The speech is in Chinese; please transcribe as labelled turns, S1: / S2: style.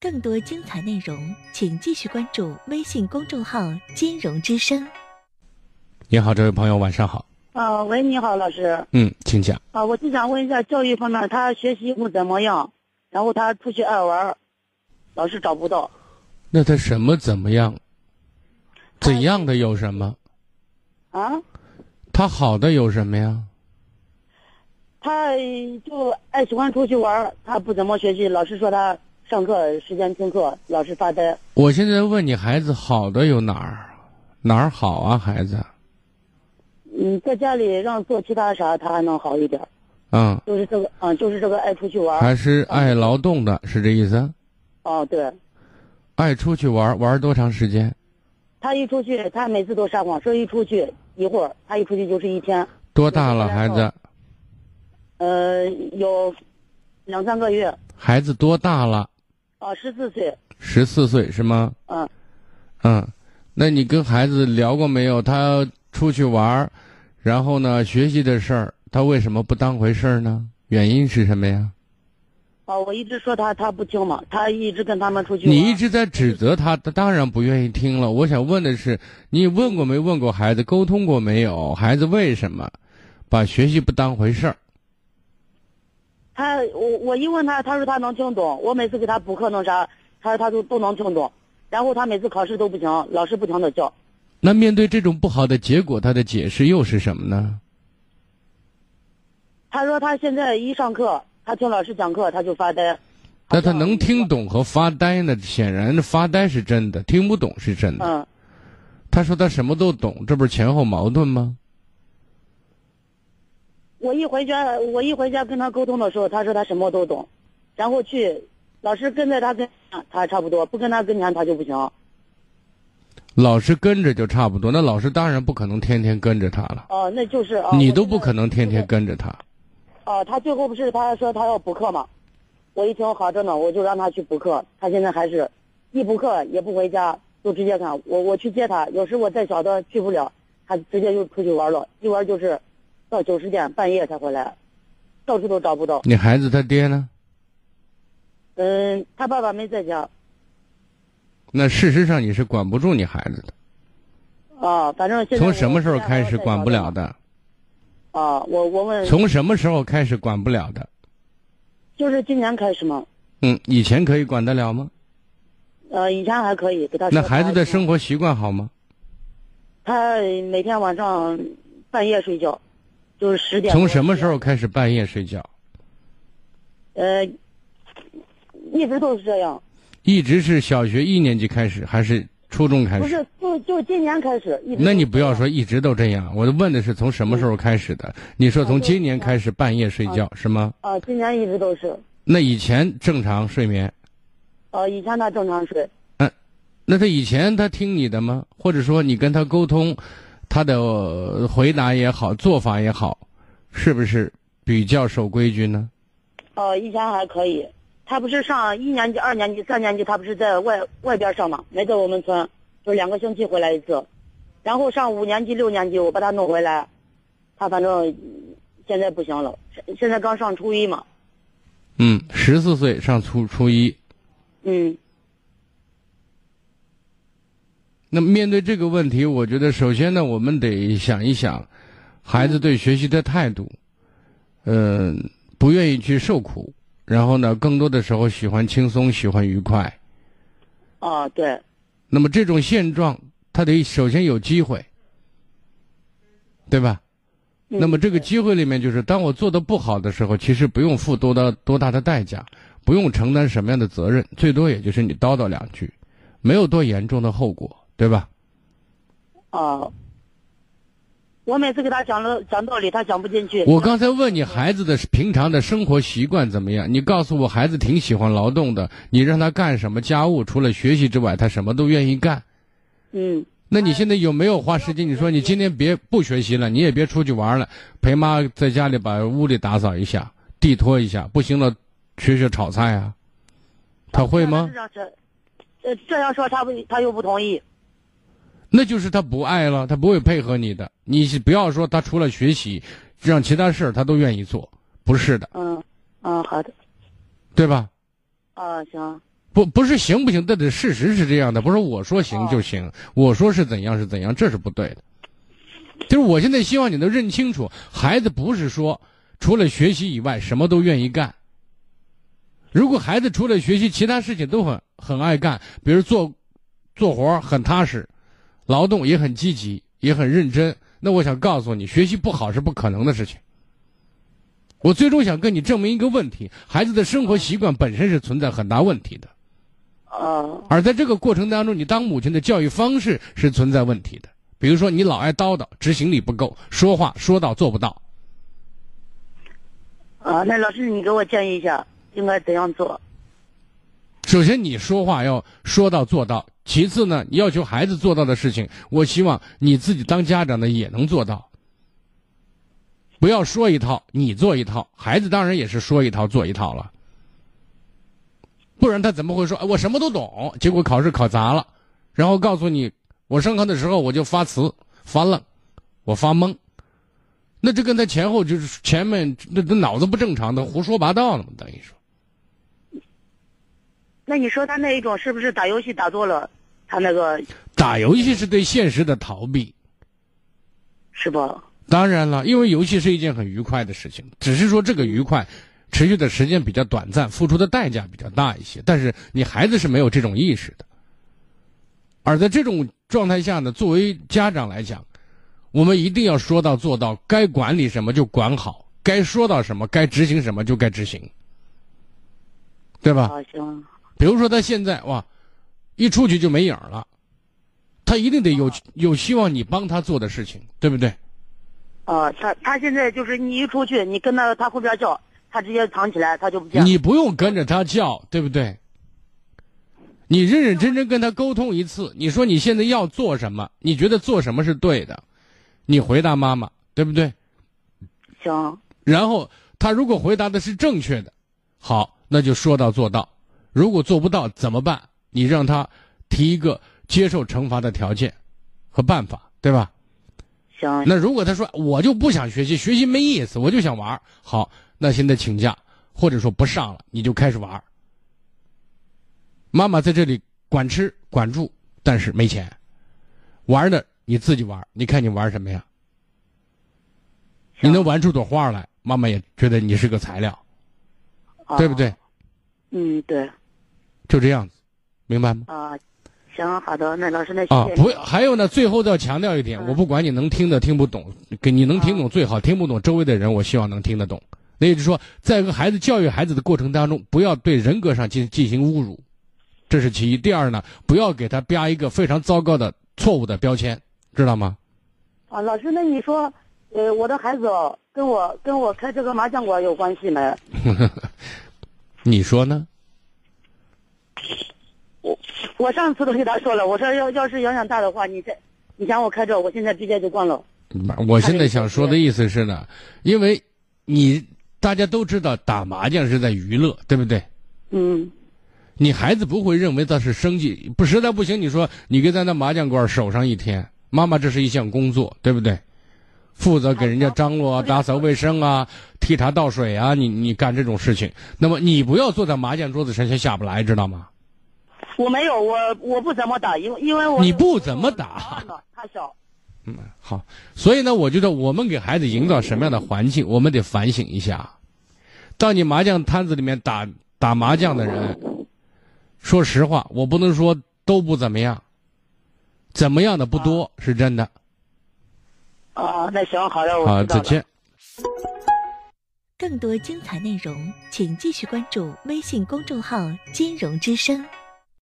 S1: 更多精彩内容，请继续关注微信公众号“金融之声
S2: 你好，这位朋友，晚上好。
S3: 啊，喂，你好，老师。
S2: 嗯，请讲。
S3: 啊，我就想问一下教育方面，他学习不怎么样，然后他出去爱玩儿，老是找不到。
S2: 那他什么怎么样？怎样的有什么？
S3: 啊，
S2: 他好的有什么呀？
S3: 他就爱喜欢出去玩儿，他不怎么学习，老师说他上课时间听课，老是发呆。
S2: 我现在问你，孩子好的有哪儿？哪儿好啊，孩子？
S3: 嗯，在家里让做其他啥，他还能好一点儿。
S2: 嗯，
S3: 就是这个，啊，就是这个爱出去玩儿。
S2: 还是爱劳动的，是这意思？
S3: 啊，对，
S2: 爱出去玩，玩多长时间？
S3: 他一出去，他每次都撒谎，说一出去一会儿，他一出去就是一天。
S2: 多大了，孩子？
S3: 呃，有两三个月，
S2: 孩子多大了？
S3: 啊，十四岁。
S2: 十四岁是吗？
S3: 嗯，
S2: 嗯，那你跟孩子聊过没有？他出去玩儿，然后呢，学习的事儿，他为什么不当回事儿呢？原因是什么呀？
S3: 啊，我一直说他，他不听嘛，他一直跟他们出去玩。
S2: 你一直在指责他，他当然不愿意听了。我想问的是，你问过没问过孩子，沟通过没有？孩子为什么把学习不当回事儿？
S3: 他，我我一问他，他说他能听懂。我每次给他补课弄啥，他说他都都能听懂。然后他每次考试都不行，老师不停的叫。
S2: 那面对这种不好的结果，他的解释又是什么呢？
S3: 他说他现在一上课，他听老师讲课他就发呆。
S2: 那他能听懂和发呆呢？显然发呆是真的，听不懂是真的。
S3: 嗯，
S2: 他说他什么都懂，这不是前后矛盾吗？
S3: 我一回家，我一回家跟他沟通的时候，他说他什么都懂。然后去，老师跟在他跟前，他差不多；不跟他跟前，他就不行。
S2: 老师跟着就差不多，那老师当然不可能天天跟着他了，
S3: 哦、那就是啊。
S2: 你
S3: 我
S2: 都
S3: 现
S2: 不
S3: 在
S2: 可能天
S3: 就是
S2: 天跟着他。
S3: 啊，他最后不是他说他要补课嘛，我一听好着呢，我就让他去补课。他现在还是，一补课也不回家，就直接看我我去接他。有时我再小的去不了，他直接就出去玩了，一玩就是到九十点半夜才回来，到处都找不到。
S2: 你孩子他爹呢？
S3: 嗯，他爸爸没在家
S2: 那事实上你是管不住你孩子的。
S3: 啊，反正现在
S2: 从
S3: 我
S2: 什么时候
S3: 现在还
S2: 开
S3: 要
S2: 始
S3: 再
S2: 管
S3: 找
S2: 不
S3: 着
S2: 了
S3: 呢
S2: 的？
S3: 啊？我我问，
S2: 从什么时候开始管不了的？
S3: 就是今年开始嘛，
S2: 嗯，以前可以管得了吗？
S3: 呃，以前还可以给他说
S2: 那孩子的
S3: 他
S2: 生活习惯好吗？
S3: 他每天晚上半夜睡觉，就是十点。
S2: 从什么时候？开始半夜睡觉？
S3: 呃，一直都是这样，
S2: 一直是小学一年级开始，还是初中开
S3: 不
S2: 始？
S3: 是就就今年开始一直。
S2: 那你不要说一直都这样，我问的是从什么时候开始的？你说从今年开始半夜睡觉是吗？
S3: 啊，今年一直都是。
S2: 那以前正常睡眠，
S3: 啊，以前他正常睡，
S2: 那他以前他听你的吗？或者说你跟他沟通，他的呃回答也好，做法也好，是不是比较守规矩呢？
S3: 啊，以前还可以。他不是上一年级、二年级、三年级，他不是在外外边上嘛，没在我们村，就两个星期回来一次。然后上五年级、六年级，我把他弄回来，他反正现在不行了，现现在刚上初一嘛，
S2: 嗯，十四岁上初初一，
S3: 嗯。
S2: 那面对这个问题，我觉得首先呢，我们得想一想孩子对学习的态度，嗯、不愿意去受苦，然后呢，更多的时候喜欢轻松，喜欢愉快。
S3: 啊，对，
S2: 那么这种现状，他得首先有机会，对吧？
S3: 嗯
S2: 那么这个机会里面，就是当我做的不好的时候，其实不用付多大多大的代价，不用承担什么样的责任，最多也就是你叨叨两句，没有多严重的后果，对吧？
S3: 啊，我每次给他讲了讲道理，他讲不进去。
S2: 我刚才问你孩子的平常的生活习惯怎么样？你告诉我孩子挺喜欢劳动的，你让他干什么家务？除了学习之外，他什么都愿意干。
S3: 嗯，
S2: 那你现在有没有花时间？你说你今天别不学习了，你也别出去玩了，陪妈在家里把屋里打扫一下，地拖一下，不行了，学学炒菜啊。他会吗
S3: 这？样是？呃，这样说他不，他又不同意。
S2: 那就是他不爱了，他不会配合你的。你不要说他除了学习，让其他事儿他都愿意做，不是的，
S3: 嗯，嗯，好的，
S2: 对吧？
S3: 啊，行，
S2: 不不是行不行，这得事实是这样的，不是我说行就行，我说是怎样是怎样，这是不对的。就是我现在希望你能认清楚，孩子不是说除了学习以外什么都愿意干。如果孩子除了学习，其他事情都很很爱干，比如做做活儿很踏实，劳动也很积极，也很认真，那我想告诉你，学习不好是不可能的事情。我最终想跟你证明一个问题：孩子的生活习惯本身是存在很大问题的。
S3: 啊
S2: 而在这个过程当中，你当母亲的教育方式是存在问题的。比如说，你老爱叨叨，执行力不够，说话说到做不到。
S3: 啊，那老师你给我建议一下，应该怎样做？
S2: 首先，你说话要说到做到；其次呢，你要求孩子做到的事情，我希望你自己当家长的也能做到。不要说一套你做一套，孩子当然也是说一套做一套了。不然他怎么会说、哎、我什么都懂？结果考试考砸了，然后告诉你我上课的时候我就发词发愣，我发懵。那这跟他前后就是前面那那脑子不正常的胡说八道呢嘛，等于说。
S3: 那你说他那一种是不是打游戏打多了，他那个
S2: 打游戏是对现实的逃避，
S3: 是吧？
S2: 当然了，因为游戏是一件很愉快的事情，只是说这个愉快持续的时间比较短暂，付出的代价比较大一些。但是你孩子是没有这种意识的，而在这种状态下呢，作为家长来讲，我们一定要说到做到，该管理什么就管好，该说到什么该执行什么就该执行，对吧？
S3: 啊，行，
S2: 比如说他现在哇，一出去就没影儿了，他一定得有有希望你帮他做的事情，对不对？
S3: 啊，他他现在就是你一出去，你跟他他后边叫，他直接藏起来，他就不见。
S2: 你不用跟着他叫，对不对？你认认真真跟他沟通一次，你说你现在要做什么，你觉得做什么是对的，你回答妈妈，对不对？
S3: 行，
S2: 然后他如果回答的是正确的，好，那就说到做到。如果做不到怎么办？你让他提一个接受惩罚的条件和办法，对吧？
S3: 行，
S2: 那如果他说我就不想学习，学习没意思，我就想玩儿好，那现在请假或者说不上了，你就开始玩儿妈妈在这里管吃管住，但是没钱，玩儿的你自己玩儿，你看你玩儿什么呀？你能玩出朵花来，妈妈也觉得你是个材料，
S3: 啊
S2: 对不？对？
S3: 嗯，对
S2: 就这样子，明白吗？
S3: 啊，行，好的，那老师那谢谢
S2: 啊，
S3: 你
S2: 不，还有呢，最后要强调一点，我不管你能听得听不懂，给你能听懂最好，听不懂周围的人，我希望能听得懂。那也就是说，在和孩子教育孩子的过程当中，不要对人格上进进行侮辱，这是其一。第二呢，不要给他标一个非常糟糕的、错误的标签，知道吗？
S3: 啊，老师，那你说，呃，我的孩子哦，跟我跟我开这个麻将馆有关系没？
S2: 你说呢？
S3: 我上次都跟他说了，我说要要是影响大的话，你再，你想我开这，我现在直接就关了。
S2: 我现在想说的意思是呢，因为你大家都知道打麻将是在娱乐，对不对？
S3: 嗯，
S2: 你孩子不会认为他是生计，不实在不行，你说你给在那麻将馆守上一天，妈妈这是一项工作，对不对？负责给人家张罗啊、打扫卫生啊、替茶倒水啊，你你干这种事情，那么你不要坐在麻将桌子上先下不来，知道吗？
S3: 我没有，我我不怎么打，因为因为我
S2: 你不怎么打，
S3: 他小。
S2: 好，所以呢，我觉得我们给孩子营造什么样的环境，我们得反省一下。到你麻将摊子里面打打麻将的人，说实话，我不能说都不怎么样，怎么样的不多，是真的。
S3: 啊，那行，好的，我
S2: 好，
S3: 知道
S2: 再
S3: 了。
S2: 见。
S1: 更多精彩内容，请继续关注微信公众号“金融之声”。